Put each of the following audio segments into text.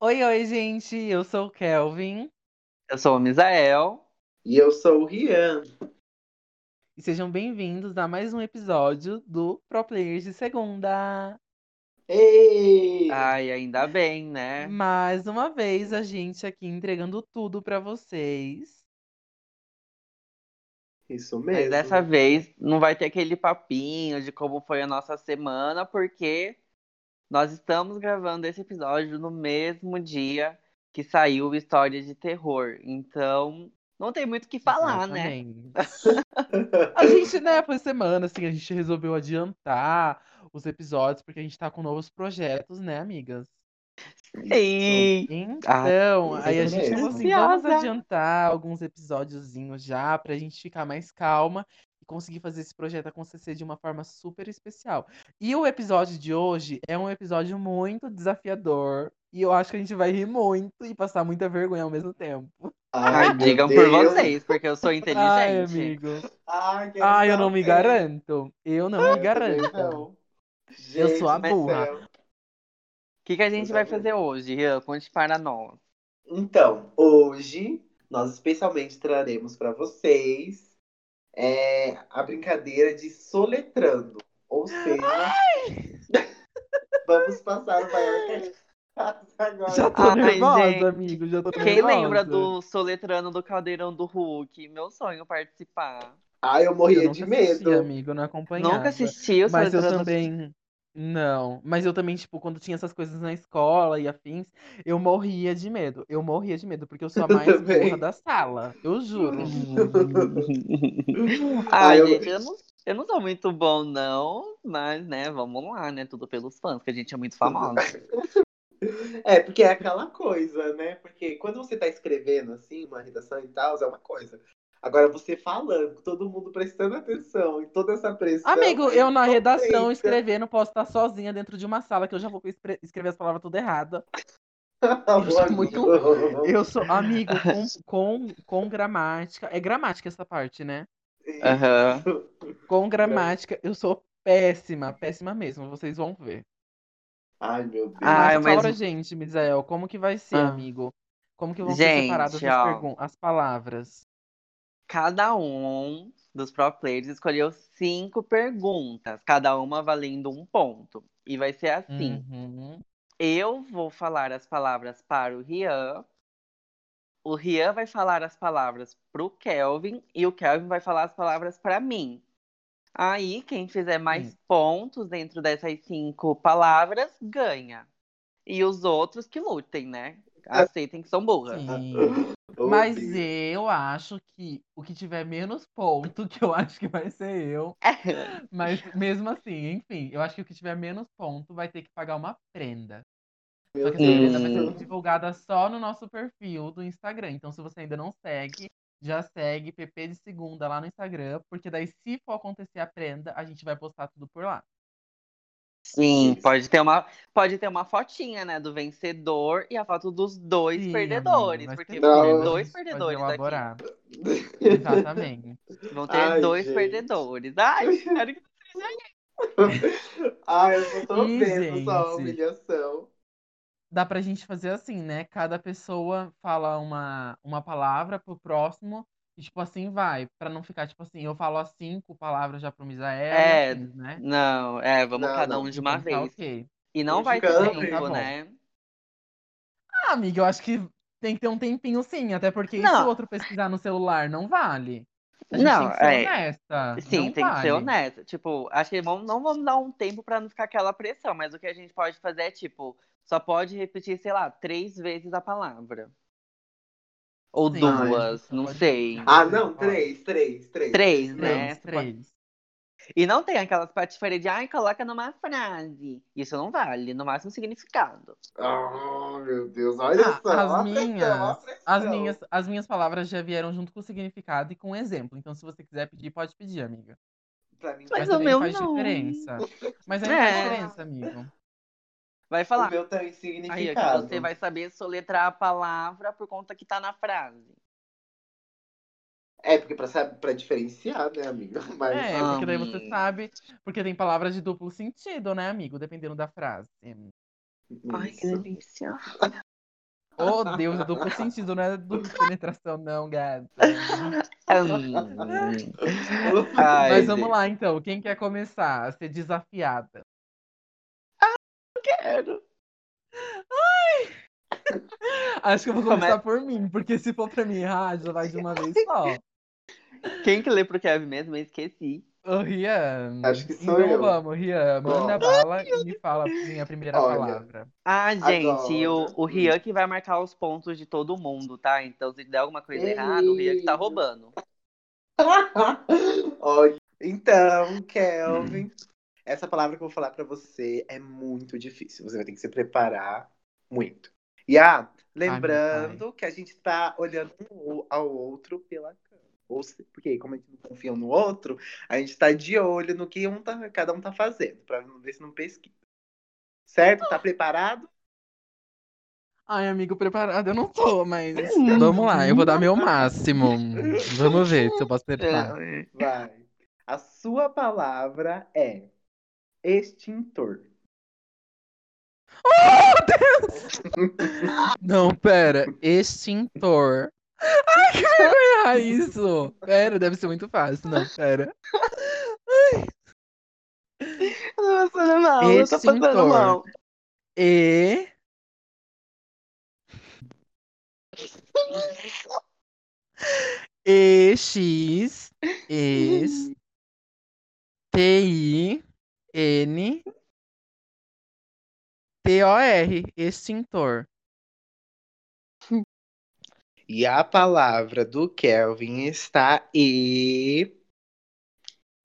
Oi, oi, gente. Eu sou o Kelvin Eu sou o Misael. E eu sou o Rian. e sejam bem-vindos a mais um episódio do Pro Players de Segunda. Ei! Ai, ainda bem, né? Mais uma vez a gente aqui entregando tudo pra vocês. Isso Mas mesmo. dessa vez não vai ter aquele papinho de como foi a nossa semana, porque nós estamos gravando esse episódio no mesmo dia que saiu o História de Terror. Então, não tem muito o que falar, né? Exatamente. A gente, né, foi semana assim, a gente resolveu adiantar os episódios porque a gente tá com novos projetos, né, amigas? é Sim. Então, Ah, aí a gente exatamente. falou assim, vamos Ansiosa. adiantar alguns episódiozinhos já pra gente ficar mais calma e conseguir fazer esse projeto acontecer de uma forma super especial. E o episódio de hoje é um episódio muito desafiador e eu acho que a gente vai rir muito e passar muita vergonha ao mesmo tempo. Ai, Ai, meu Ah, digam por Deus. vocês, porque eu sou inteligente. Ai, amigo. Ai, que Ai, eu não me salve. garanto. Eu não me Eu também garanto. não. Eu sou a Gente do burra. céu. O que, que a gente vai fazer hoje, Rian? Conte para nós. Então, hoje nós especialmente traremos para vocês é, a brincadeira de soletrando. Ou seja, vamos passar o maior cartaz agora. Já tô Ai, nervosa, gente. amigo. Já tô Quem nervosa. lembra do Soletrano do Caldeirão do Hulk? Meu sonho participar. Ai, eu Eu morria de nunca assisti, medo. amigo, eu não acompanhava. Nunca assisti o Mas eu Soletrano assim. também. Não. Mas eu também, tipo, quando tinha essas coisas na escola e afins, eu morria de medo. Eu morria de medo, porque eu sou a Eu mais burra também. Uhum. da sala. Eu juro. Uhum. Ai, Ai, eu- gente, eu não, eu não sou muito bom, não. Mas, né, vamos lá, né? Tudo pelos fãs, que a gente é muito famosa. É, porque é aquela coisa, né? Porque quando você tá escrevendo assim, uma redação e tal, é uma coisa. Agora você falando, todo mundo prestando atenção e toda essa pressão. Amigo, eu na redação Eita. escrevendo, posso estar sozinha dentro de uma sala que eu já vou escre- escrever as palavras tudo errada. eu sou é muito- Eu sou, amigo, com, com, com gramática. É gramática essa parte, né? Aham. Com É. gramática, eu sou péssima, péssima mesmo, vocês vão ver. Ai, meu Deus. Ai, mas mas- fora, é gente, Misael, como que vai ser, Ah. amigo? Como que vão ser Gente, separadas as, ó. pergun- as palavras? Cada um dos pro players escolheu cinco perguntas, cada uma valendo um ponto. E vai ser assim. Uhum. Eu vou falar as palavras para o Rian. O Rian vai falar as palavras para o Kelvin e o Kelvin vai falar as palavras para mim. Aí, quem fizer Hum. mais pontos dentro dessas cinco palavras ganha. E os outros que lutem, né? É. Aceitem que são burras. Sim. Oh, Mas Deus. eu acho que o que tiver menos ponto, que eu acho que vai ser eu, mas mesmo assim, enfim, eu acho que o que tiver menos ponto vai ter que pagar uma prenda. Só que tá essa Deus. prenda vai ser Hum. divulgada só no nosso perfil do Instagram. Então, se você ainda não segue, já segue PP de segunda lá no Instagram, porque daí, se for acontecer a prenda, a gente vai postar tudo por lá. Sim, pode ter uma, pode ter uma fotinha, né, do vencedor e a foto dos dois Sim, amigo, perdedores, vai porque ser vão ter tudo, a dois gente pode perdedores aqui. elaborar. um Exatamente. vão ter Ai, dois gente. perdedores. Ai, espero que Ai, eu só tô Ih, vendo só a gente. humilhação. Dá pra gente fazer assim, né? Cada pessoa fala uma, uma palavra pro próximo e, tipo, assim vai. Pra não ficar, tipo assim, eu falo as cinco palavras já pro Misael e É. afins, né? Não, é, vamos Não, cada não. um de uma Então tá vez. ok. E não Gente, vai ter cada Então tá tempo, bom. né? Ah, amiga, eu acho que tem que ter um tempinho sim, até porque e se Não. o outro pesquisar no celular, não vale. A gente Não, tem que ser é. honesta. Sim, não tem que ser vale. honesto. Tipo, acho que vamos- não vamos dar um tempo pra não ficar aquela pressão, mas o que a gente pode fazer é, tipo, só pode repetir, sei lá, três vezes a palavra. Ou Sim, Ai. a duas, gente não pode sei. repetir Ah, três não, palavras. três, três, três. Três, né? Três, Você pode- três. E não tem aquelas patifarias de, ai, coloca numa frase. Isso não vale, no máximo significado. Ah, meu Deus, olha Ah, as só. ó a pressão, ó a minhas, as pressão. minhas, as minhas palavras já vieram junto com o significado e com o exemplo. Então, se você quiser pedir, pode pedir, amiga. Pra mim, Mas Mas o também meu não faz não. diferença. Mas aí não faz É. diferença, amigo. Vai o falar. meu tá tem Aí, ó, que significado. você vai saber soletrar a palavra por conta que tá na frase. É, porque pra, sabe, pra diferenciar, né, amiga? Mas. É, porque daí você Hum. sabe, porque tem palavras de duplo sentido, né, amigo? Dependendo da frase. Ai, que Isso. delícia. Oh, Deus, eu duplo sentido, não é dupla penetração, não, gato. Hum. Ai, Mas vamos gente. lá, então. Quem quer começar a ser desafiada? Quero. Acho que eu vou Come- começar por mim, porque se for pra mim errar, já vai de uma vez só. Quem que lê pro Kevin mesmo? Eu esqueci. Ô, Rian. Acho que sou então eu. vamos, Rian. Manda Ó. bala e me fala a minha primeira Olha. palavra. Ah, gente, Agora. o, o Rian que vai marcar os pontos de todo mundo, tá? Então, se der alguma coisa Ei. errada, o Rian que tá roubando. Olha, então, Kelvin, essa palavra que eu vou falar pra você é muito difícil. Você vai ter que se preparar muito. E ah, lembrando que a gente tá olhando um ao outro pela cama. Ou se, porque como a gente não confia um no outro, a gente tá de olho no que um tá, cada um tá fazendo, pra ver se não pesquisa. Certo? Tá preparado? Ai, amigo, preparado eu não tô, mas vamos lá, eu vou dar meu máximo. Vamos ver se eu posso É. acertar. Vai. A sua palavra é extintor. Não, pera, extintor. Ai, que eu vou errar isso. Pera, deve ser muito fácil, não, pera. Eu tô passando é mal, eu tô passando Extintor. mal. E... E, X, X, T, I, N, T, O, R, extintor. E a palavra do Kelvin está e.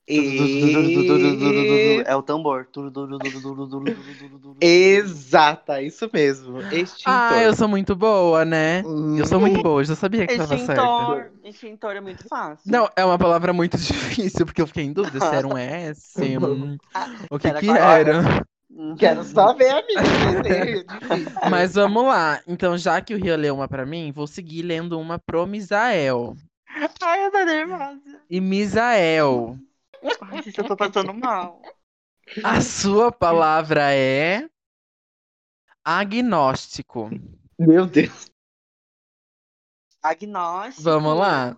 E. É o tambor. Exata, isso mesmo. Extintor. Ah, eu sou muito boa, né? Eu sou muito boa, eu já sabia que tava certa. Extintor. Extintor é muito fácil. Não, é uma palavra muito difícil, porque eu fiquei em dúvida se era um S, um- o que Era que qual é? era. Quero saber, amigo. entendeu? Mas vamos lá. Então, já que o Rio leu uma pra mim, vou seguir lendo uma pro Misael. Ai, eu tô nervosa. E Misael, Ai, gente, eu tô passando mal. a sua palavra é agnóstico. Meu Deus. Agnóstico. Vamos lá.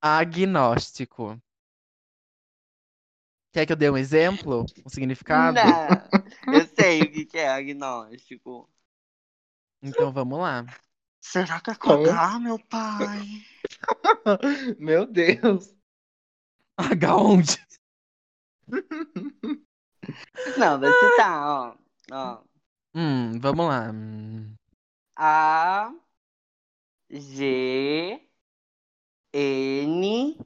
Agnóstico. Quer que eu dê um exemplo? Um significado? Não, eu sei o que que é agnóstico. Então vamos lá. Será que é Como? codar, meu pai? Meu Deus. H onde? Não, vai citar, ó. ó. Hum, vamos lá. Hum. A G N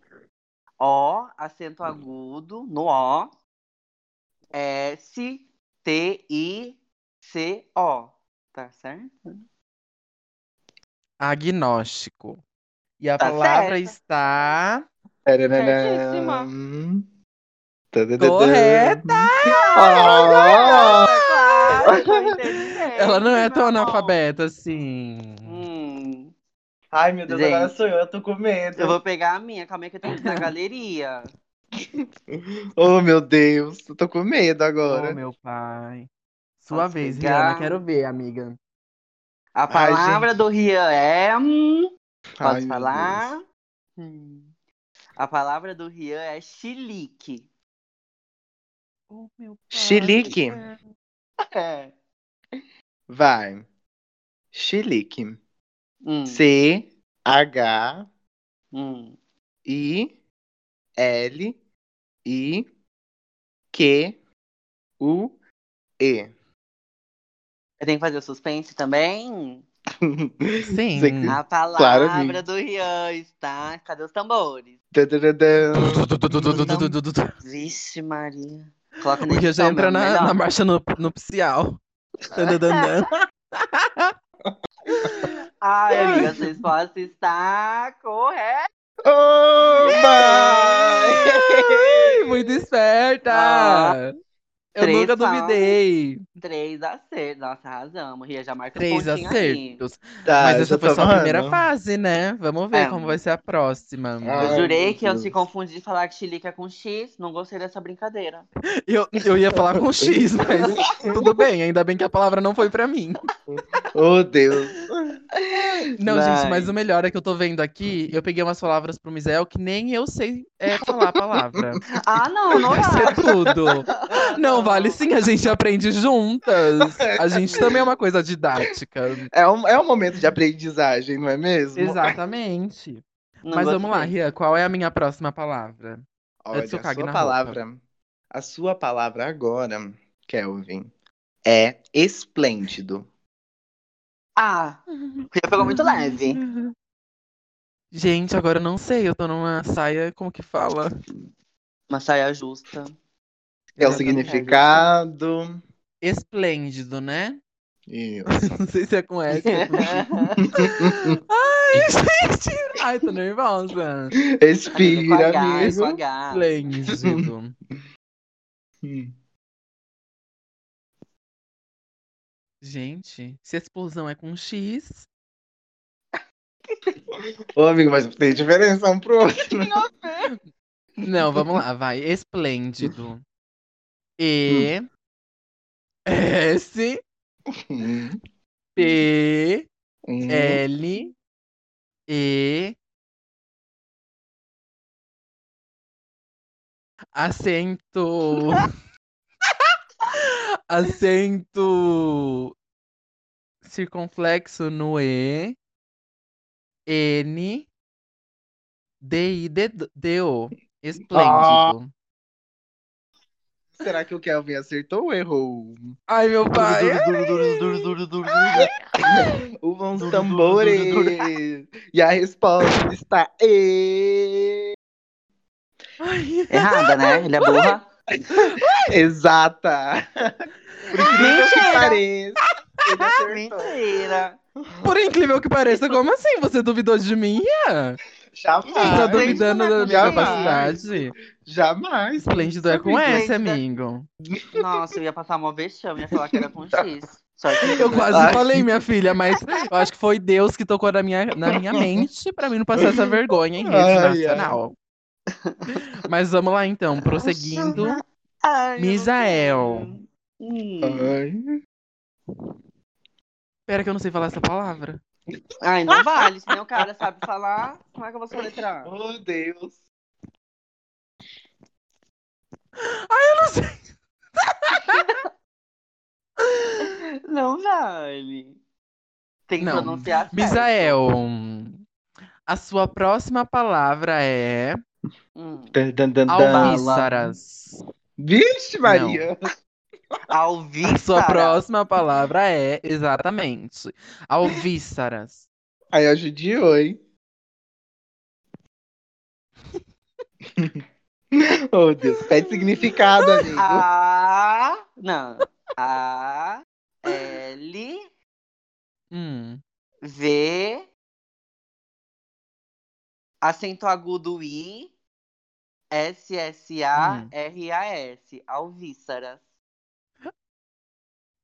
O acento agudo no O S T I C O. Tá certo? Agnóstico. E a Tá palavra certo. está Certíssima. correta. Ah, Claro, tô Hum. inteligente, Ela não é tão meu amor. analfabeta assim. Hum, Ai, meu Deus, agora Gente. sou eu, eu tô com medo. eu vou pegar a minha, calma aí que eu tenho que ir na galeria. Oh, meu Deus, eu tô com medo Oh, agora. meu pai. Sua Posso vez, pegar? Rihanna. Quero ver, amiga. A palavra do Rian é. hum, Ai, Posso meu falar? Hum. A palavra do Rian é chilique. Oh, meu Chilique. É. Vai. Chilique. Hum, C-H-I-L-I-Q. hum. U E. Eu tenho que fazer o suspense também? Sim. Sei que- A Claro, palavra amigo. do Rian está. Cadê os tambores? Tadadadã. Vixe, Maria. Coloca O nesse Rian já tom, entra meu, na, melhor. na marcha nu- nupcial. Tadadandã. Ai, amiga, sua resposta está correta. Oh, Ai, my! Muito esperta! Ah, Eu três nunca duvidei. Três acertos. Nossa, arrasamos. Ria já marcou um Três pontinho acertos. Tá, Mas já essa tô foi só a amando. primeira fase, né? Vamos ver É. como vai ser a próxima. aí. Eu Ai, jurei meu que eu Deus. se confundi de falar que chilique é com X. Não gostei dessa brincadeira. Eu, eu ia falar com X, mas tudo bem. Ainda bem que a palavra não foi pra mim. Oh, Deus. Não, Vai. gente, mas o melhor é que eu tô vendo aqui, eu peguei umas palavras pro Misael que nem eu sei é, falar a palavra. Ah, não, não Isso vale. é tudo. Não, vale sim, a gente aprende juntas. A gente também é uma coisa didática. É um, é um momento de aprendizagem, não é mesmo? Exatamente. Não Mas vamos lá, gostei. Ria, qual é a minha próxima palavra? Olha, Antes eu a cague sua na palavra, a sua palavra agora, Kelvin, é esplêndido. Ah, já pegou muito leve. Gente, agora eu não sei, eu tô numa saia, como que fala? Uma saia justa. É o Exatamente. significado. Esplêndido, né? Isso. Não sei se é com S. é com- Ai, gente! Ai, tô nervosa. Respira, Amigo, com H, com amigo. H. Esplêndido. Hum. Gente, se a explosão é com X, Ô, amigo, mas tem diferença um pro outro. Não, vamos lá, vai. Hum. Esplêndido. E. S. Hum, P. hum. L. E. Acento. Acento. Circunflexo no E. N. D. I. D. D. O. Esplêndido. Será que o Kelvin acertou ou errou? Ai, meu pai. Uvam os tambores. E a resposta está. E... Ai. Errada, né? Ele é burra. Exata! Por incrível que pareça, ele é acertou. Mentira. Por incrível que pareça, como assim? Você duvidou de mim? Ia? Tá Ah, Jamais! duvi- duvidando da minha jamais. capacidade? Jamais! Esplêndido é com S, amigo. Nossa, eu ia passar mó vexame, ia falar que era com X. Só que Eu quase Ai. falei, minha filha, mas eu acho que foi Deus que tocou na minha, na minha mente pra mim não passar essa vergonha em rede Ai, ai. nacional. Mas vamos lá então, prosseguindo. Ai, eu não Misael. quero. Hum. Ai. Pera que eu não sei falar essa palavra. Ai, não vale. Se nem o cara sabe falar, como é que eu vou soletrar? Oh, Deus! Não vale. Tem que Não. pronunciar certo. Misael, a sua próxima palavra é Hum. Dan, dan, dan, alvíceras. Vixe, Maria! A Alvíceras. sua próxima palavra é exatamente alvíceras. Aí eu judiou, hein? oh, Deus! Pede significado, amigo! Ah. Ah. A. Não. A. L. Hum. V. Acento agudo I. S, S, A, Hum. R, A, S. Alvíceras.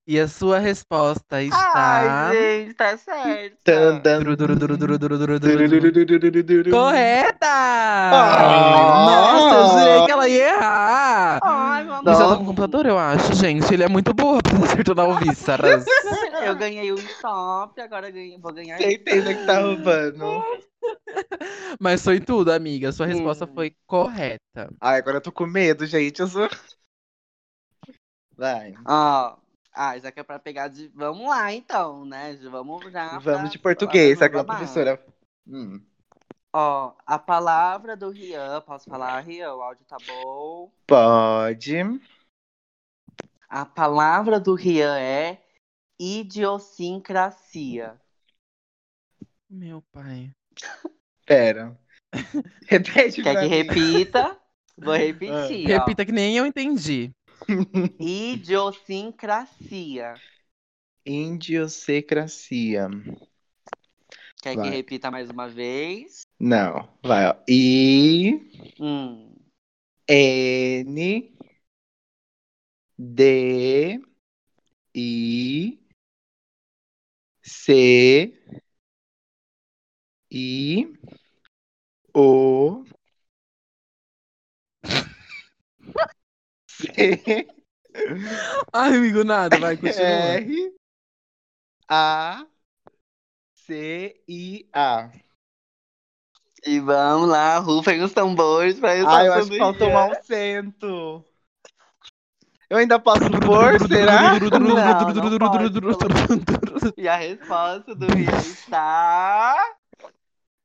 E a sua resposta está Ai, gente, tá certo. Dan, dan, Duru, duru, duru, duru, duru, duru, duru, duru. Durururururururu. correta. Ah! Nossa, eu jurei que ela ia errar. Ai, meu Isso tá amor. no computador, eu acho, gente. Ele é muito burro pra acertar na alvíceras. Eu ganhei o stop, agora eu ganhei, vou ganhar Certeza que tá roubando. Mas foi tudo, amiga. Sua resposta Hum. foi correta. Ai, agora eu tô com medo, gente. Eu sou. Vai. Ó, ah, já que é pra pegar de. Vamos lá, então, né? Já Vamos já. pra- Vamos de português, pra- a pra- grande professora. Hum. Ó, a palavra do Rian, posso falar, Rian? O áudio tá bom. Pode. A palavra do Rian é idiosincrasia. Meu pai. Pera. Repete Quer pra que mim. repita? É. Vou repetir. ó. Repita que nem eu entendi. Idiosincrasia. Indiosecracia. Quer Vai. que repita mais uma vez? Não. Vai, ó. I, Hum. N, D, I, C, I, O, C, é. Ai, amigo, nada. Vai, continua. R A C C-I-A. E vamos lá, rufem os tambores pra eu Ah, eu acho que faltou um acento. Eu ainda posso pôr, será? Não, não pode. E a resposta do Ian está.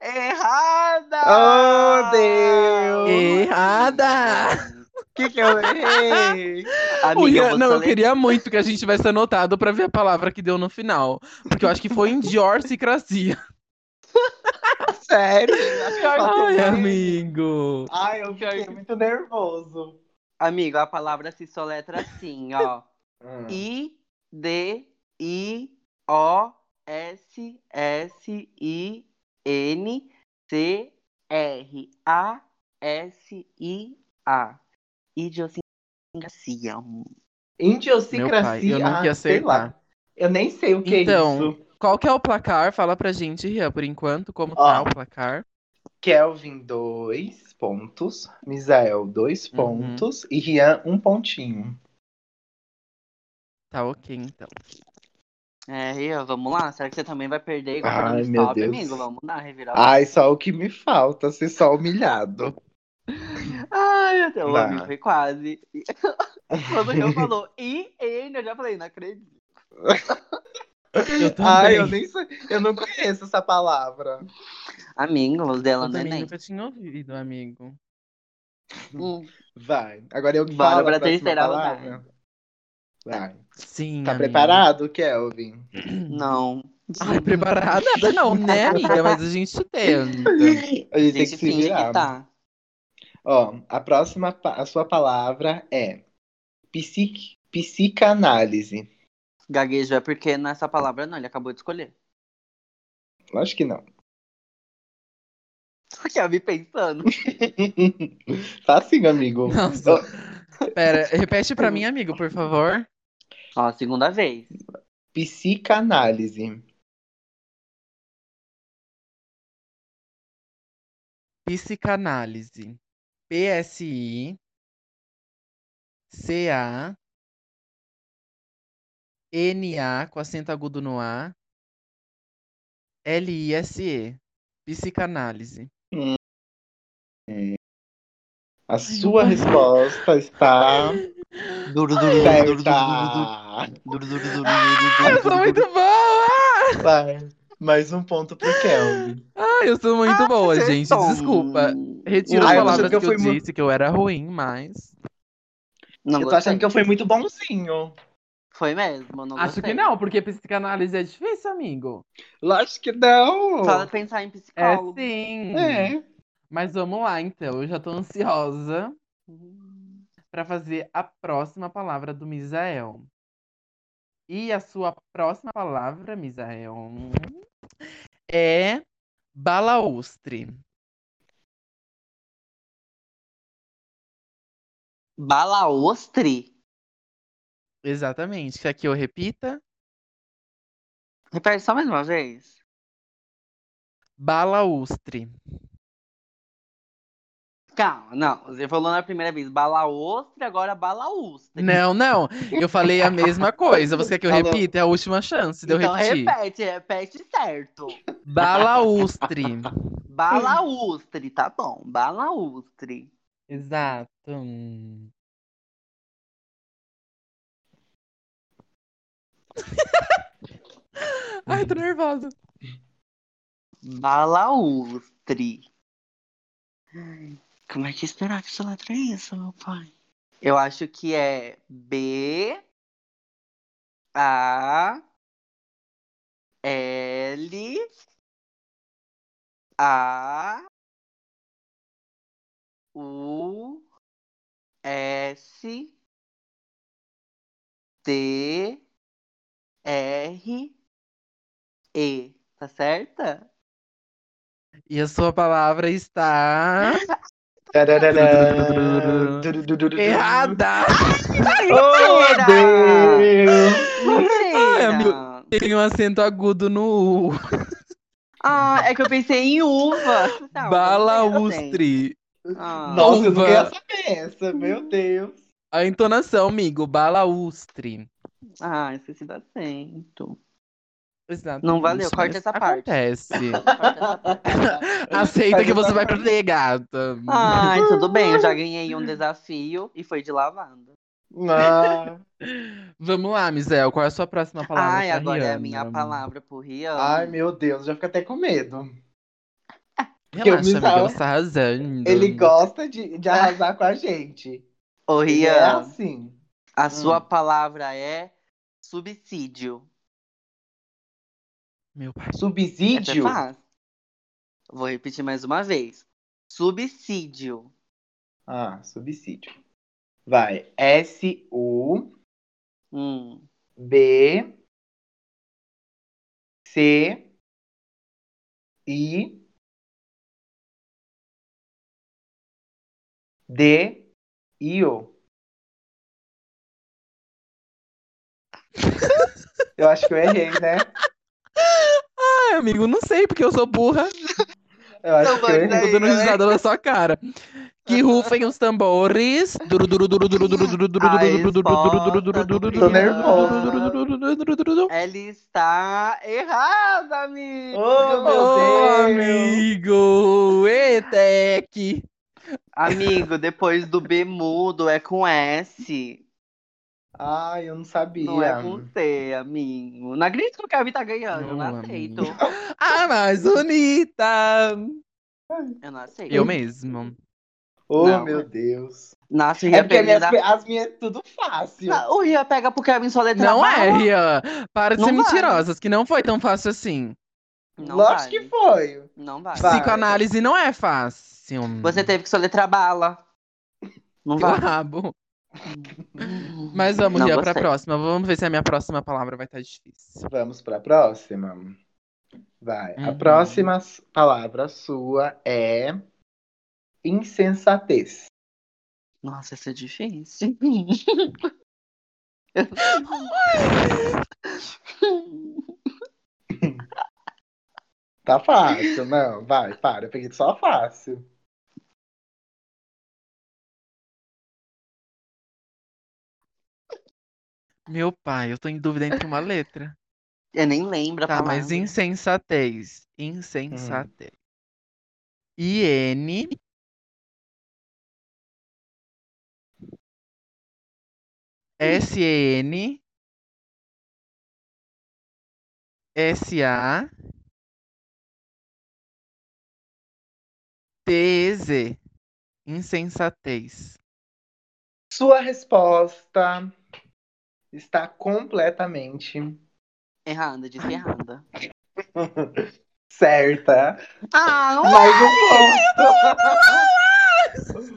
Errada! Oh, Deus! Errada! O que, que eu errei? O Amiga, Ian- eu vou não, eu solet- queria muito que a gente tivesse anotado pra ver a palavra que deu no final. Porque eu acho que foi em diorcicracia. Sério? Acho que faltou Ai, um. amigo. Ai, eu fiquei muito nervoso. Amigo, a palavra se soletra assim, ó. I, D, I, O, S, S, I, N, C, R, A, S, I, A. Idiosincrasia. Meu pai, eu Indiocicracia. não ah, ia sei lá. acertar. Eu nem sei o que é Então. isso. Qual que é o placar? Fala pra gente, Rian, por enquanto, como Ó. tá o placar. Kelvin, dois pontos. Misael, dois Uhum. pontos. E Rian, um pontinho. Tá ok, então. É, Ria, vamos lá. Será que você também vai perder igual Ai, Ai, meu stop, Deus. amigo? Vamos lá, revirar. Ai, só o que me falta, ser só humilhado. Ai, até o Lá. amigo foi quase. Quando eu falou I, N, eu já falei, não acredito. Eu também. Ai, eu nem sei. Eu não conheço essa palavra. Amigos dela é Eu no também Enem. nunca tinha ouvido, amigo. Hum, Vai. Agora eu que Bora falo pra a próxima terceira palavra. Vai. Sim, Tá amigo. preparado, Kelvin? Não. Ah, é Ai, preparada não, né, amiga? Mas a gente tenta. A gente, A tem gente que se finge virar. que tá. Ó, a próxima, pa- a sua palavra é psique, psicanálise. Gaguejo é porque nessa palavra não, ele acabou de escolher. Lógico que não. Porque eu me pensando. tá assim, amigo. Nossa. Pera, repete pra mim, amigo, por favor. Ó, segunda vez. Psicanálise. Psicanálise. PSI. CA. NA, com acento agudo no A. LISE. Psicanálise. A sua resposta está Duro, duro, duro, duro, duro, duro, certa. duro, duro, duro, duro, Eu sou duro, duro, muito duro. boa! Vai. Mais um ponto pro Kelvin. Ai, eu sou muito boa, gente. Acertou. Desculpa. Retiro Ah, as eu achei palavras que que eu eu, fui mu- disse, que eu era ruim, mas. Não Eu tô tá achando gostei. que eu fui muito bonzinho. Foi mesmo, não Acho gostei. que não, porque psicanálise é difícil, amigo. Lógico que não. Só pensar em É psicólogo. sim. É. Mas vamos lá, então. Eu já tô ansiosa Hum. pra fazer a próxima palavra do Misael. E a sua próxima palavra, Misael, é balaustre. Balaostre? Exatamente. Quer que eu repita? Repete só mais uma vez. Balaustre. Calma, não. Você falou na primeira vez balaostre, agora balaustre. Não, não. Eu falei a mesma coisa. Você quer que eu Falou. repita? É a última chance de eu Então repetir. repete, repete certo. Balaustre. Balaustre, tá bom. Balaustre. Exato. Hum. Ai, tô nervosa. Balaustre. Ai, Como é que esperar que essa letra é isso, meu pai? Eu acho que é B A L A U S T R E. Tá certa? E a sua palavra está Tarararã. errada. Oh, Deus. Ai, Mentira! Tem um acento agudo no U. Ah, é que eu pensei em uva. Tá, Não, tudo Balaustre. bem. Ah, Nossa, eu não Uva. queria saber essa. Meu Deus. A entonação, amigo. Balaustre. ah, esqueci do acento. Exatamente. Não valeu, corta essa parte. Acontece. Corta essa parte. Aceita Faz que você essa vai parte. perder, gata. Ai, tudo bem, eu já ganhei um desafio e foi de lavanda. Ah, Vamos lá, Misel. Qual é a sua próxima palavra? Ai, pra agora é a Rihanna? minha palavra pro Rihanna. ai, meu Deus, já fico até com medo. Porque o Relaxa, amiga, Misael, você tá arrasando. Ele gosta de, de arrasar com a gente. Ô, E é Rihanna, assim. a sua palavra é subsídio. Meu pai. Essa é Subsídio? fácil. Vou repetir mais uma vez. Subsídio. Ah, subsídio. Vai. S-U. Hum. B, C, I, D, I, O. Eu acho que eu errei, né? Ai, amigo, não sei, porque eu sou burra. Eu acho Não, que eu mas errei. Tô dando né? risada na sua cara. Que rufem os tambores. Duru, duru, duru, duru, duru, duru, duru, Ai, duru, duru, duru, duru, duru, volta do duru, Tô duru, nervoso. duru, duru, duru, duru, duru. Ela está errada, amigo. Oh, meu Ô, Deus. amigo! Etec! Amigo, depois do B mudo é com S. Ai, eu não sabia. Não é com T, amigo. Não acredito que o Kevin tá ganhando. Eu não Não, aceito. A mais bonita! Eu não aceito. Eu mesmo. Oh, Não. meu Deus. Nossa, o É Rian porque pega. minhas, da- as minhas é tudo fácil. Ah, O Rian pega pro Kevin só letra Não bala. é, Rian. Para de Não ser vale. mentirosas, que não foi tão fácil assim. Não Lógico vale. que foi. Não vale. Vai. Psicoanálise não é fácil. Você teve que soletrar bala. um Não Seu vale. rabo. Mas vamos, Não Rian, pra gostei. próxima. Vamos ver se a minha próxima palavra vai estar difícil. Vamos para a próxima. Vai. A Uhum. próxima s- palavra sua é insensatez. Nossa, isso é difícil. Tá fácil, não? Vai, para. Eu peguei só fácil. Meu pai, eu tô em dúvida entre uma letra. Eu nem lembro a Tá, Hum. palavra. mas insensatez. Insensatez. I-N. S-E-N. S-A. T-E-Z. Insensatez. Sua resposta está completamente Errada, disse errada. certa. Ah, não Mais um ponto.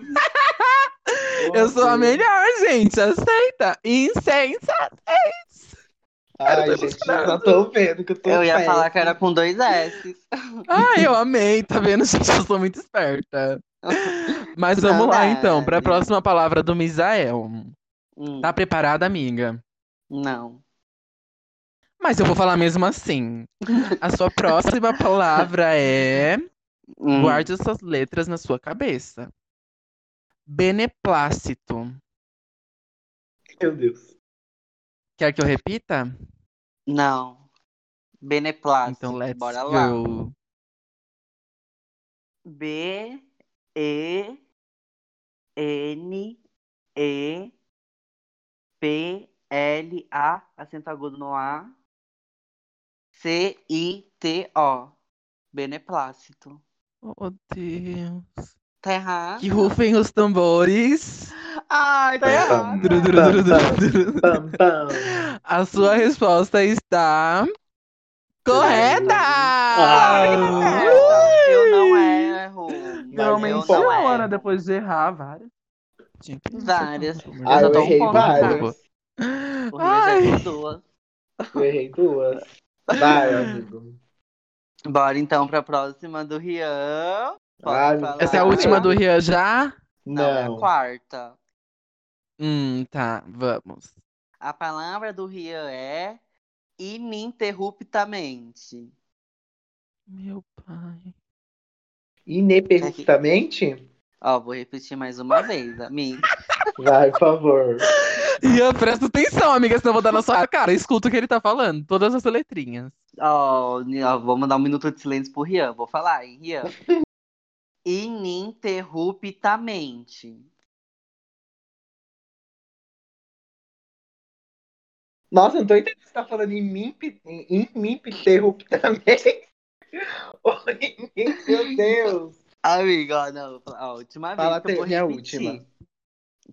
Eu sou a melhor, gente. Aceita. Insensa. Ai, Era gente, pra eu tô vendo que eu tô Eu ia péssimo. falar que era com dois S. Ai, eu amei. Tá vendo, gente? Eu sou muito esperta. Mas vamos lá, então, pra Saudade. próxima palavra do Misael. Hum, Tá preparada, amiga? Não. Mas eu vou falar mesmo assim. A sua próxima palavra é. Hum, Guarde essas letras na sua cabeça. Beneplácito. Meu Deus. Quer que eu repita? Não. Beneplácito. Então, let's Bora go. lá. B E N E P L A acento agudo no A C I T O Beneplácito. Oh, Deus. Tá errado? Que rufem os tambores. Ai, tá errado. Duru, duru, duru, tá, duru, duru. Pam, pam. A sua resposta está correta! Ah! Tá Eu não erro. Não, é. Eu mas não funciona, erro. depois de errar várias. Várias. Ah, já eu tô um errei ponto várias. Ah, O Rio já Ai. errou duas. Eu errei duas. Vai, amigo. Bora então pra próxima do Rian. Pode Ai, meu falar. Essa é a última do Rian já? Não, é a Não. quarta. Hum, tá, vamos. A palavra do Rian é ininterruptamente. Meu pai. Ineperruptamente? Ó, vou repetir mais uma vez, amigo. Vai, por favor. Ian, presta atenção, amiga, senão eu vou dar na sua cara. Escuta o que ele tá falando, todas as letrinhas. Ó, ó, vamos dar um minuto de silêncio pro Rian. Vou falar, hein, Rian? Ininterruptamente. Nossa, eu não tô entendendo se tá falando em mim, em, em mim interruptamente. Meu Deus. Amiga, ó, não. A última Fala vez que eu vou até- minha repetir. última.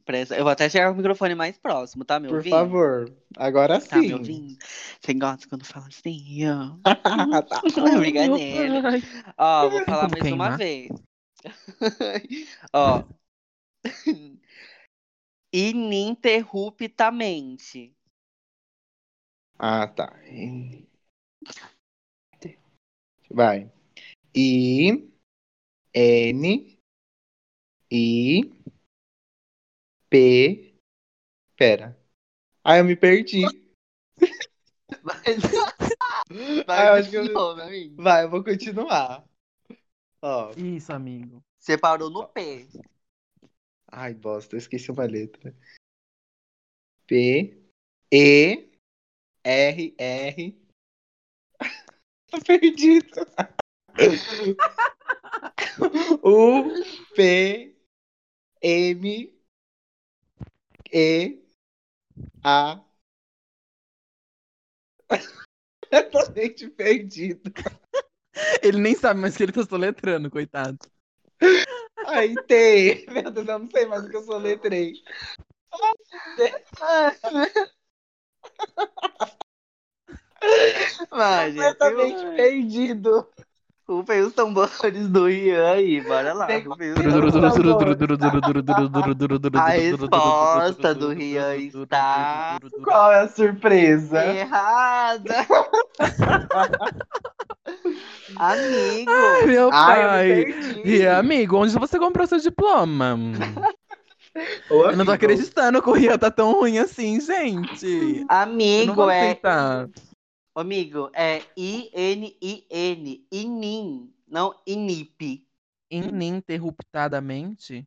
Presta, eu vou até chegar com o microfone mais próximo, tá me Por ouvindo? favor, agora Tá me sim. ouvindo? Você gosta quando fala assim, Rian? Ah, tá. Brigadeiro. Ó, vou falar Como queimar? mais uma vez. Ó. Ininterruptamente. Ah, tá. Vai. I N I P Pera. Ai, eu me perdi. Mas, Ai, eu acho que eu- de novo, amigo. Vai, eu vou continuar. Ó. Isso, amigo. Você parou no P. Ai, bosta, eu esqueci uma letra. P E R R Tô perdido. U P M E A Eu tô gente perdido. Ele nem sabe mais o que ele tá soletrando, coitado. Ai, T. Meu Deus, eu não sei mais o que eu soletrei. Mas, gente, Completamente perdido. rufem os tambores do Ian aí, bora lá. Tem- rufem os Por tambores. A resposta do Rian está- Qual é a surpresa? Errada! Amigo! Ai, meu Ai, eu pai. me perdi. E amigo, onde você comprou seu diploma? Ô, Eu não tô amigo, acreditando que o Rian tá tão ruim assim, gente. Eu não Amigo vou é. aceitar. Amigo, é I-N-I-N. Inim. Não, Inip. Ininterruptadamente?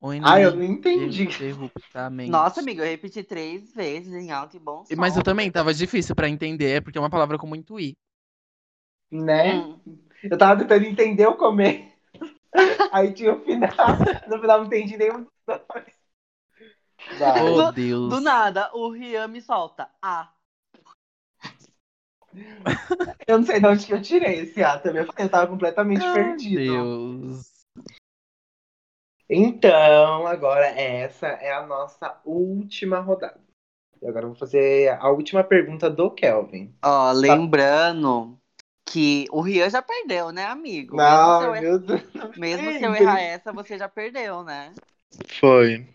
Ou Ai, eu não entendi. ininterruptamente? Nossa, amigo, eu repeti três vezes em alto e bom som. Mas eu também tava difícil pra entender, é porque é uma palavra com muito i. Né? Hum. Eu tava tentando entender o começo. Aí tinha o final. No final não entendi nenhum dos dois. Vai. Oh, Do- Deus. Do nada, o Rian me solta. Ah, Eu não sei de onde que eu tirei esse A também. Eu falei, eu tava completamente perdido. Deus. Então, agora essa é a nossa última rodada. E agora eu vou fazer a última pergunta do Kelvin. ó, lembrando que o Rian já perdeu, né, amigo? Mesmo se eu, Não, er- meu Deus. mesmo se eu Sempre. errar essa, você já perdeu, né? Foi.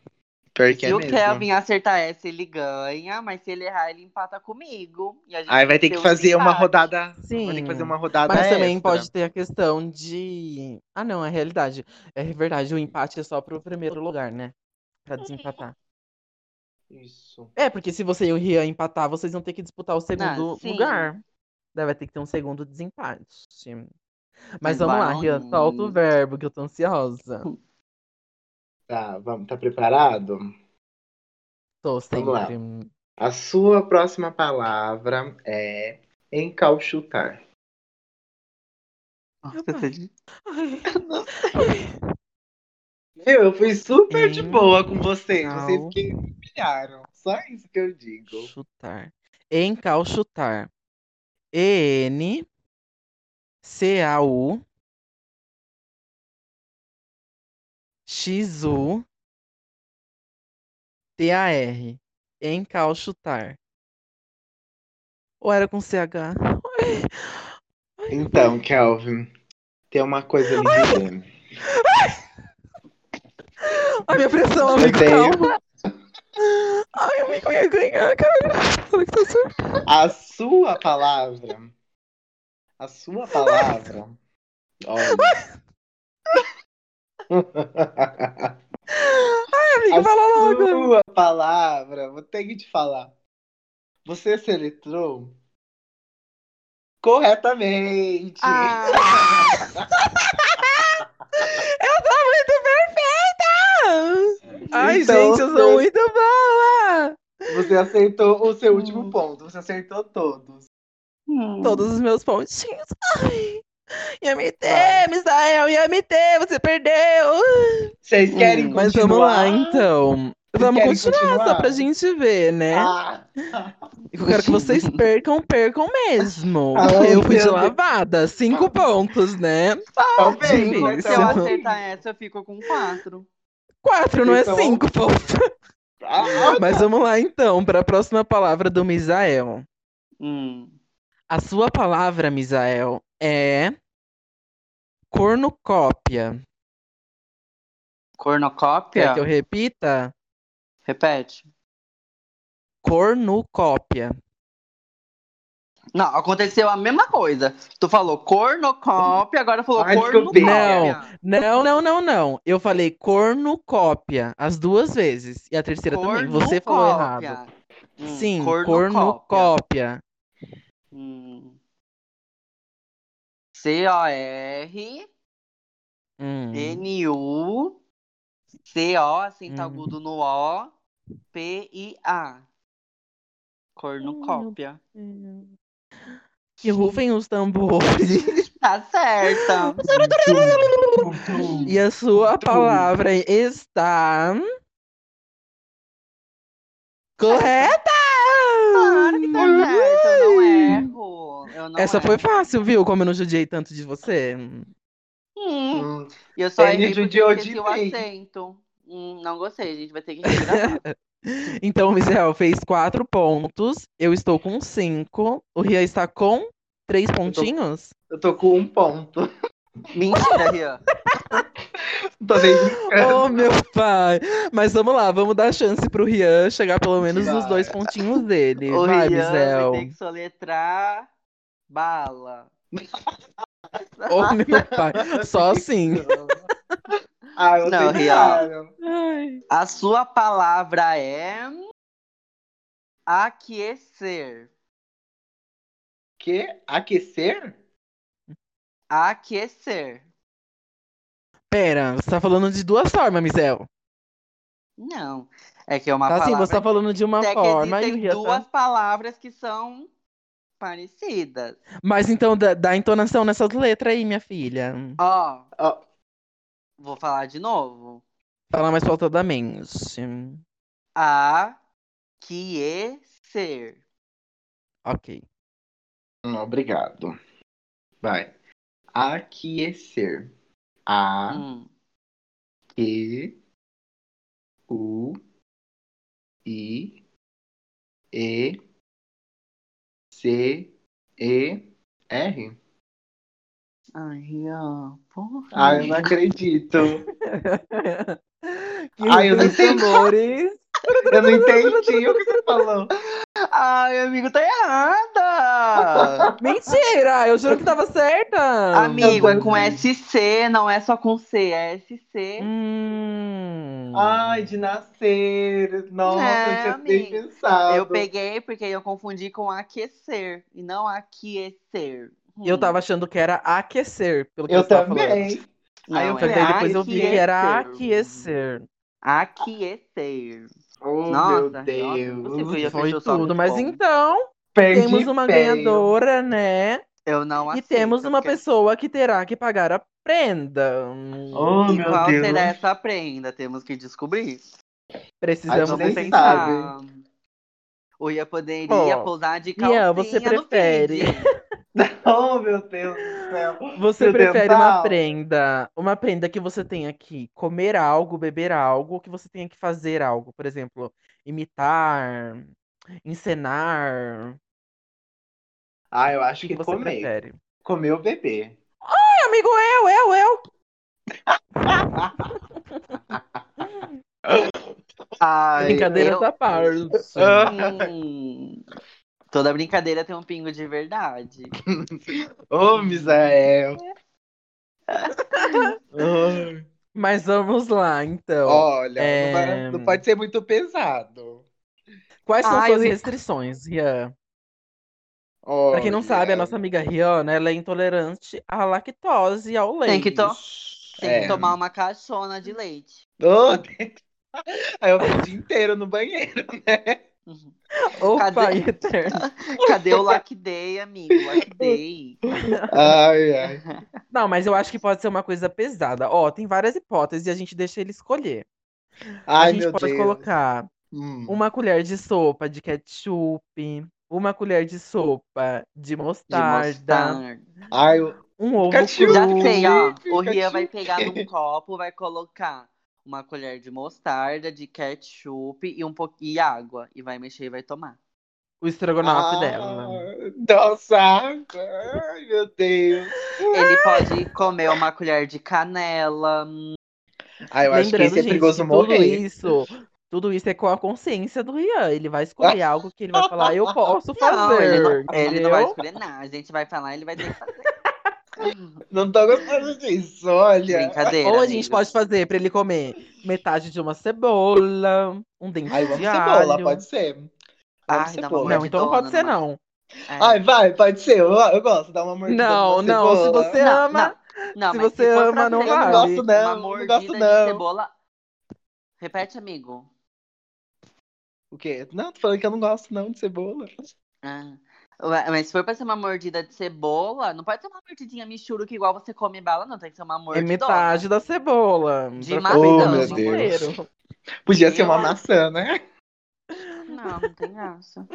Pior que Se é o mesmo. Kelvin acertar essa, ele ganha, mas se ele errar, ele empata comigo. E a gente Aí vai ter ter que um fazer uma empate. rodada. Sim. Vai ter que fazer uma rodada. Mas também extra. pode ter a questão de. Ah, não, é realidade. É verdade, o empate é só pro primeiro lugar, né? Pra desempatar. Isso. É, porque se você e o Rian empatar, vocês vão ter que disputar Ah, o segundo sim. lugar. Daí vai ter que ter um segundo desempate. Mas Vai, vamos lá, um Rian, Roninho. solta o verbo, que eu tô ansiosa. Tá, vamos, tá preparado? Tô Vamos lá. sempre. A sua próxima palavra é encauchutar. Nossa, é você- Meu, eu fui super de boa com vocês. Encau- Vocês que me humilharam. Só isso que eu digo. Chutar. Encauchutar. E-N. C-A-U. X-U. T-A-R. Encauchutar. Ou era com C-H? Então, Kelvin, tem uma coisa a me dizer. Ai, minha pressão, amigo, tenho. calma. Ai, amigo, eu ia ganhar, cara. Olha que tá sur- A sua palavra. A sua palavra. Olha. Ai, A amigo, fala logo. sua palavra, vou ter que te falar. Você seletrou corretamente. Ah, Ai, Então, gente, eu você- Então, sou muito Hum. boa! Você aceitou o seu último ponto. Você acertou todos. Todos os meus pontinhos. Ai. IMT, Misael, IMT, você perdeu. Vocês querem continuar? Hum, Mas vamos lá, então. Vocês Vamos querem continuar, só pra gente ver, né? Ah, Eu quero que vocês percam, percam mesmo. Ah, eu fui de meu Deus. lavada, cinco pontos, né? talvez. então, Sim, mas Se eu Isso. é um- acertar essa, eu fico com quatro. Quatro, não é Então- cinco pontos. Ah, Mas vamos lá então, para a próxima palavra do Misael. Hum. A sua palavra, Misael, é cornucópia. Quer Tá. Cornocópia? que eu repita? Repete. Cornucópia. Não, aconteceu a mesma coisa. Tu falou cornocópia, agora falou Ai, cornucópia. desculpa. Não, não, não, não. Eu falei cornucópia as duas vezes. E a terceira também. Você falou Cornucópia. errado. Hum, Sim, cornucópia. cornucópia. Hum. C-O-R-N-U. Hum. C-O, acento Hum. agudo no O. P-I-A. Cornucópia. Que rufem os tambores. Tá certa. E a sua palavra está. Correta! Claro que tá certa. Eu não erro. Eu não é. Essa foi erro. fácil, viu? Como eu não judiei tanto de você. Hum. Hum, E eu só Ele errei porque eu judiou de esqueci o mim. acento. Hum, não gostei, a gente vai ter que regravar. Então o Misael fez quatro pontos. Eu estou com cinco. O Ria está com três pontinhos. eu tô com um ponto. Mentira, Rian. Tô nem É. brincando. Oh, meu pai! Mas vamos lá, vamos dar chance pro Rian chegar pelo menos nos Vai. dois pontinhos dele. O Vai, Rian Misael. vai ter que soletrar bala. Oh, meu pai. Só assim. Ah, eu Não, não, real. real. Ai. A sua palavra é aquecer. Que? Aquecer? Aquecer. Pera, você tá falando de duas formas, Misael. Não. É que é uma Tá assim, palavra. você tá falando de uma é que forma e o existem Ria tá- duas palavras que são parecidas. Mas então dá, dá entonação nessas letras aí, minha filha. Ó, Ó. vou falar de novo. Fala mais pautadamente. Aquecer. Ok. Hum, Obrigado. Vai. Aquecer. A Hum. E U I E C E R. Ai, Rian, porra. Ai, eu não acredito. que Ai, eu não rufem os entendi. tambores. Eu não entendi o que você falou. Ai, amigo, tá errada! Mentira! Eu juro que tava certa. amigo, é com também. SC, não é só com C, é SC. Hum. Ai, de nascer. Nossa, É, eu tinha amiga. nem pensado. Eu peguei porque eu confundi com aquecer e não aquecer. Hum. Eu tava achando que era aquecer, pelo que Eu você tava falando. também. Não, Aí eu é Só que daí depois eu vi que é- era aquecer. aquecer. Aquecer. Oh, Nossa, meu Deus. nossa, você já Foi fechou só tudo. muito Mas bom. então, Perdi temos uma feio. ganhadora, né? Eu não E aceito. temos uma porque- pessoa que terá que pagar a prenda. Oh, E meu qual Deus. será essa prenda? Temos que descobrir. Precisamos Ai, Vamos vocês pensar. pensar. Ou ia poderia Ó, pousar de calcinha Ian, você no prefere- feed. Oh, meu Deus do céu. Você Meu prefere uma dental. prenda, uma prenda que você tenha que comer algo, beber algo, ou que você tenha que fazer algo, por exemplo, imitar, encenar. Ah, eu O acho que, que, que você comer. prefere? Comer o bebê. Ai, amigo, é eu, eu, eu. Ai, Brincadeira eu- da parte. Ah. Hum, Toda brincadeira tem um pingo de verdade. Ô, Misael. Ai. Mas vamos lá, então. Olha, É. não, vai- não pode ser muito pesado. Quais são ai, suas eu- restrições, Rian? Pra quem não sabe, a nossa amiga Rihanna, ela é intolerante à lactose e ao leite. Tem que to- Tem que É. tomar uma caixona de leite. Ô, Aí eu fico o dia inteiro no banheiro. Opa, Cadê? eterno. Cadê o Lack Day, amigo? Lack Day. Ai, ai. Não, mas eu acho que pode ser uma coisa pesada. Ó, tem várias hipóteses e a gente deixa ele escolher. a Ai, gente meu pode Deus. colocar um Hum. uma colher de sopa de ketchup, uma colher de sopa de De mostarda, mostarda. Ai, eu- um ovo Ketchup. cru. Já sei, ó. Ketchup, O Rian vai ketchup. pegar num copo, vai colocar uma colher de mostarda, de ketchup e um pouquinho de água. E vai mexer e vai tomar. O estrogonofe Ah, dela. né? Nossa, ai, meu Deus. Ele pode comer uma colher de canela. Ai, eu acho que Lembrando, esse é gente, perigoso que tudo morrer. isso, tudo isso é com a consciência do Rian. Ele vai escolher algo que ele vai falar, eu posso Não, ele fazer. não, ele não vai entendeu? escolher nada. A gente vai falar, ele vai ter que fazer. Não tô gostando disso, olha. Brincadeira. Ou a gente amigo. pode fazer pra ele comer metade de uma cebola, um dente Ai, de vamos alho. cebola, pode ser. Vamos Ai, dá cebola. uma Não, então não pode Dona, ser, mas- não. É. Ai, vai, pode ser. Eu, eu gosto, dá uma mordida. Não, numa não. Se cebola. você Não, ama, não, não, se mas você for pra ama, não ser vale. Eu não gosto, Uma não. Não mordida gosto, de não. cebola. Repete, amigo. O quê? Não, tô falando que eu não gosto, não, de cebola. Ah, ué, Mas se for pra ser uma mordida de cebola, não pode ser uma mordidinha michuruca igual você come bala, não. Tem que ser uma é mordidona. metade da cebola. né? De pra maçã. comer Oh, o meu dia Deus. inteiro. Podia ser uma Eu- maçã, né? Não, não tem graça.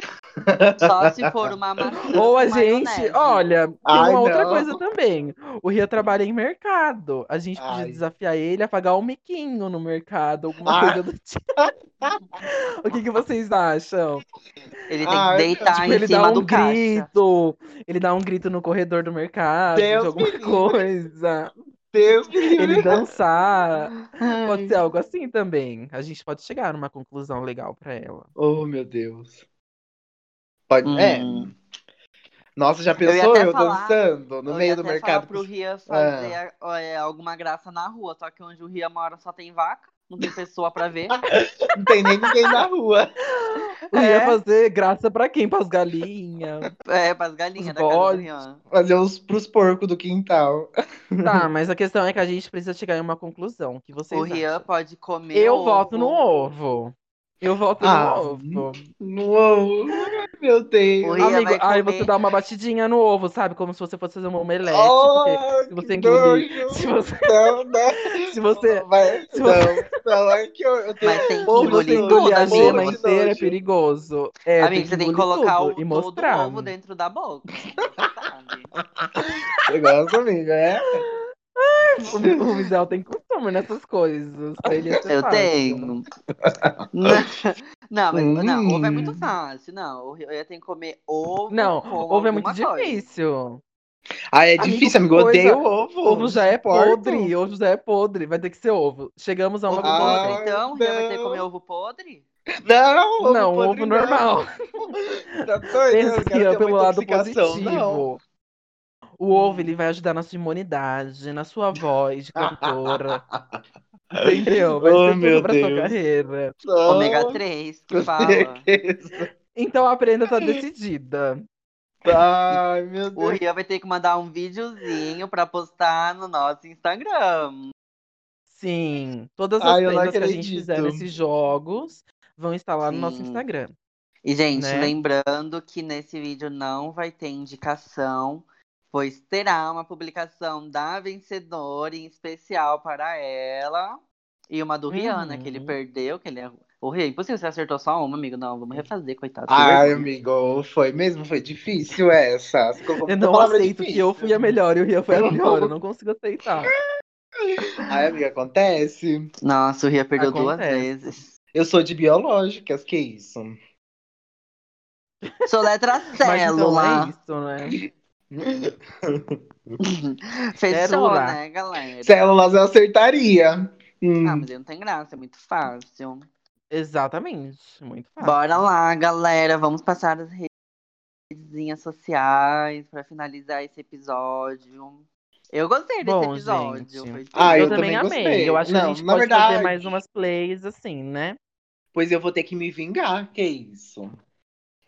Só se for uma maçã Ou a com gente, maionese. olha, tem Ai, uma outra não. coisa também. O Ria trabalha em mercado. A gente podia Ai. desafiar ele a pagar um miquinho no mercado, alguma Ah. coisa do tipo. o que, que vocês acham? Ele tem Ah, que deitar Tipo, Tá em ele cima dá um do caixa. grito. Ele dá um grito no corredor do mercado, Deus de alguma me livre. coisa. Deus me livre. Ele dançar. Ai. Pode ser algo assim também. A gente pode chegar numa conclusão legal pra ela. Oh, meu Deus. Pode. É. Hum. Nossa, já ia pensou eu, até falar- dançando no Eu ia meio do até mercado? falar pro Rian fazer é, alguma graça na rua, só que onde o Rian mora só tem vaca, não tem pessoa pra ver. Não tem nem ninguém na rua. Eu ia É. fazer graça pra quem? Pras galinhas. É, pras galinhas Os da casa do bodes. Rian. Fazer os pros porcos do quintal. Tá, mas a questão é que a gente precisa chegar em uma conclusão. Que vocês O Rian acham? pode comer. Eu ovo. voto no ovo. Eu voto Ah, no ovo. No... Ai, Meu Deus. Oi, Rian Amigo, vai aí comer. você dá uma batidinha no ovo, sabe? Como se você fosse fazer uma omelete. porque Oh, se você que engolir- nojo. se você- Não, não. se você, Vai, se não, não, é que eu, eu tenho Mas tem que se ovo você engolir de engolir tudo, a amigo. gema Ovo de inteira, é nojo. perigoso. É, né, Amigo, você tem que colocar engolir o tudo e todo mostrar. o ovo dentro da boca. Você sabe. um negócio, amigo, é? O Mi- O Mizel tem costume nessas coisas. Pra ele é Eu fácil. tenho. Não, mas, não, ovo é Hum. muito fácil. Não, o Rian tem que comer ovo. Não, com ovo é muito alguma coisa. difícil. Ah, é Amigo, difícil, amigo. Eu coisa- odeio ovo. Ovo já é Suporto. podre. Ovo já é podre. Vai ter que ser ovo. Chegamos a uma Ovo Ah, conclusão. podre, então? O Rian vai ter que não. comer ovo podre? Não, ovo Não, podre ovo normal. Não. Tá doido, Pensa eu quero Rian, ter pelo uma lado intoxicação, positivo. Não. Hum. O ovo ele vai ajudar na sua imunidade, na sua voz de cantora. Entendeu? Vai Oh, ser tudo meu pra sua Deus. carreira. Não. Ômega 3, que Com fala. certeza. Então a prenda tá decidida. Ai, meu O Deus. Rian vai ter que mandar um videozinho pra postar no nosso Instagram. Sim. Todas as Ai, Ah, eu não prendas que a gente acredito. fizer nesses jogos vão estar lá no nosso Sim. Instagram. E, gente, Né? lembrando que nesse vídeo não vai ter indicação, pois terá uma publicação da vencedora em especial para ela. E uma do Rihanna, Uhum. que ele perdeu, que ele é. O Rian, impossível, você acertou só uma, amigo. Não, vamos refazer, coitado. que Ai, vergonha. amigo, foi mesmo? Foi difícil essa. Você colocou Eu muita não palavra é aceito que difícil. eu fui a melhor e o Rian foi a Eu pior. Eu não. não consigo aceitar. Ai, amiga, acontece. Nossa, o Rian perdeu duas Acontece. vezes. Eu sou de biológicas, que isso? Soletra Mas então é célula. isso, né? Fechou, Célula. né, galera? Células eu acertaria. Hum. Ah, mas ele não tem graça, é muito fácil. Exatamente. Muito fácil. Bora lá, galera. Vamos passar as redes sociais para finalizar esse episódio. Eu gostei desse Bom, episódio. gente. Foi Ah, eu, eu também também amei. gostei. Eu acho que a Não, gente na pode fazer verdade- mais umas plays assim, né? Pois eu vou ter que me vingar, que isso?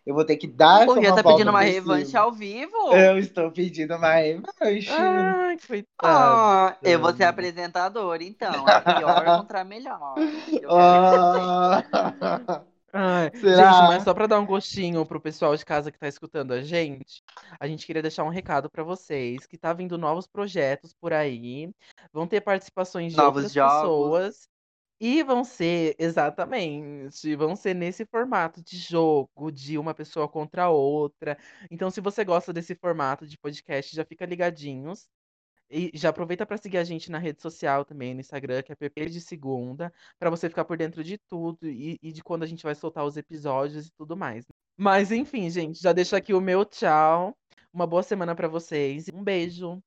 Eu vou ter que dar O essa Rian uma tá volta pedindo uma por revanche cima. ao vivo. Eu estou pedindo uma revanche. Ai, coitado. Ah, eu vou ser apresentador, então. É pior contra a melhor. Eu quero- Ah. Ai, Será? Gente, mas só para dar um gostinho pro pessoal de casa que tá escutando a gente, a gente queria deixar um recado para vocês que tá vindo novos projetos por aí, vão ter participações de Novos outras jogos. pessoas e vão ser exatamente, vão ser nesse formato de jogo, de uma pessoa contra a outra. Então, se você gosta desse formato de podcast, já fica ligadinhos. E já aproveita para seguir a gente na rede social também, no Instagram, que é PP de Segunda pra você ficar por dentro de tudo e, e de quando a gente vai soltar os episódios e tudo mais. Mas enfim, gente, já deixo aqui o meu tchau. Uma boa semana pra vocês. Um beijo.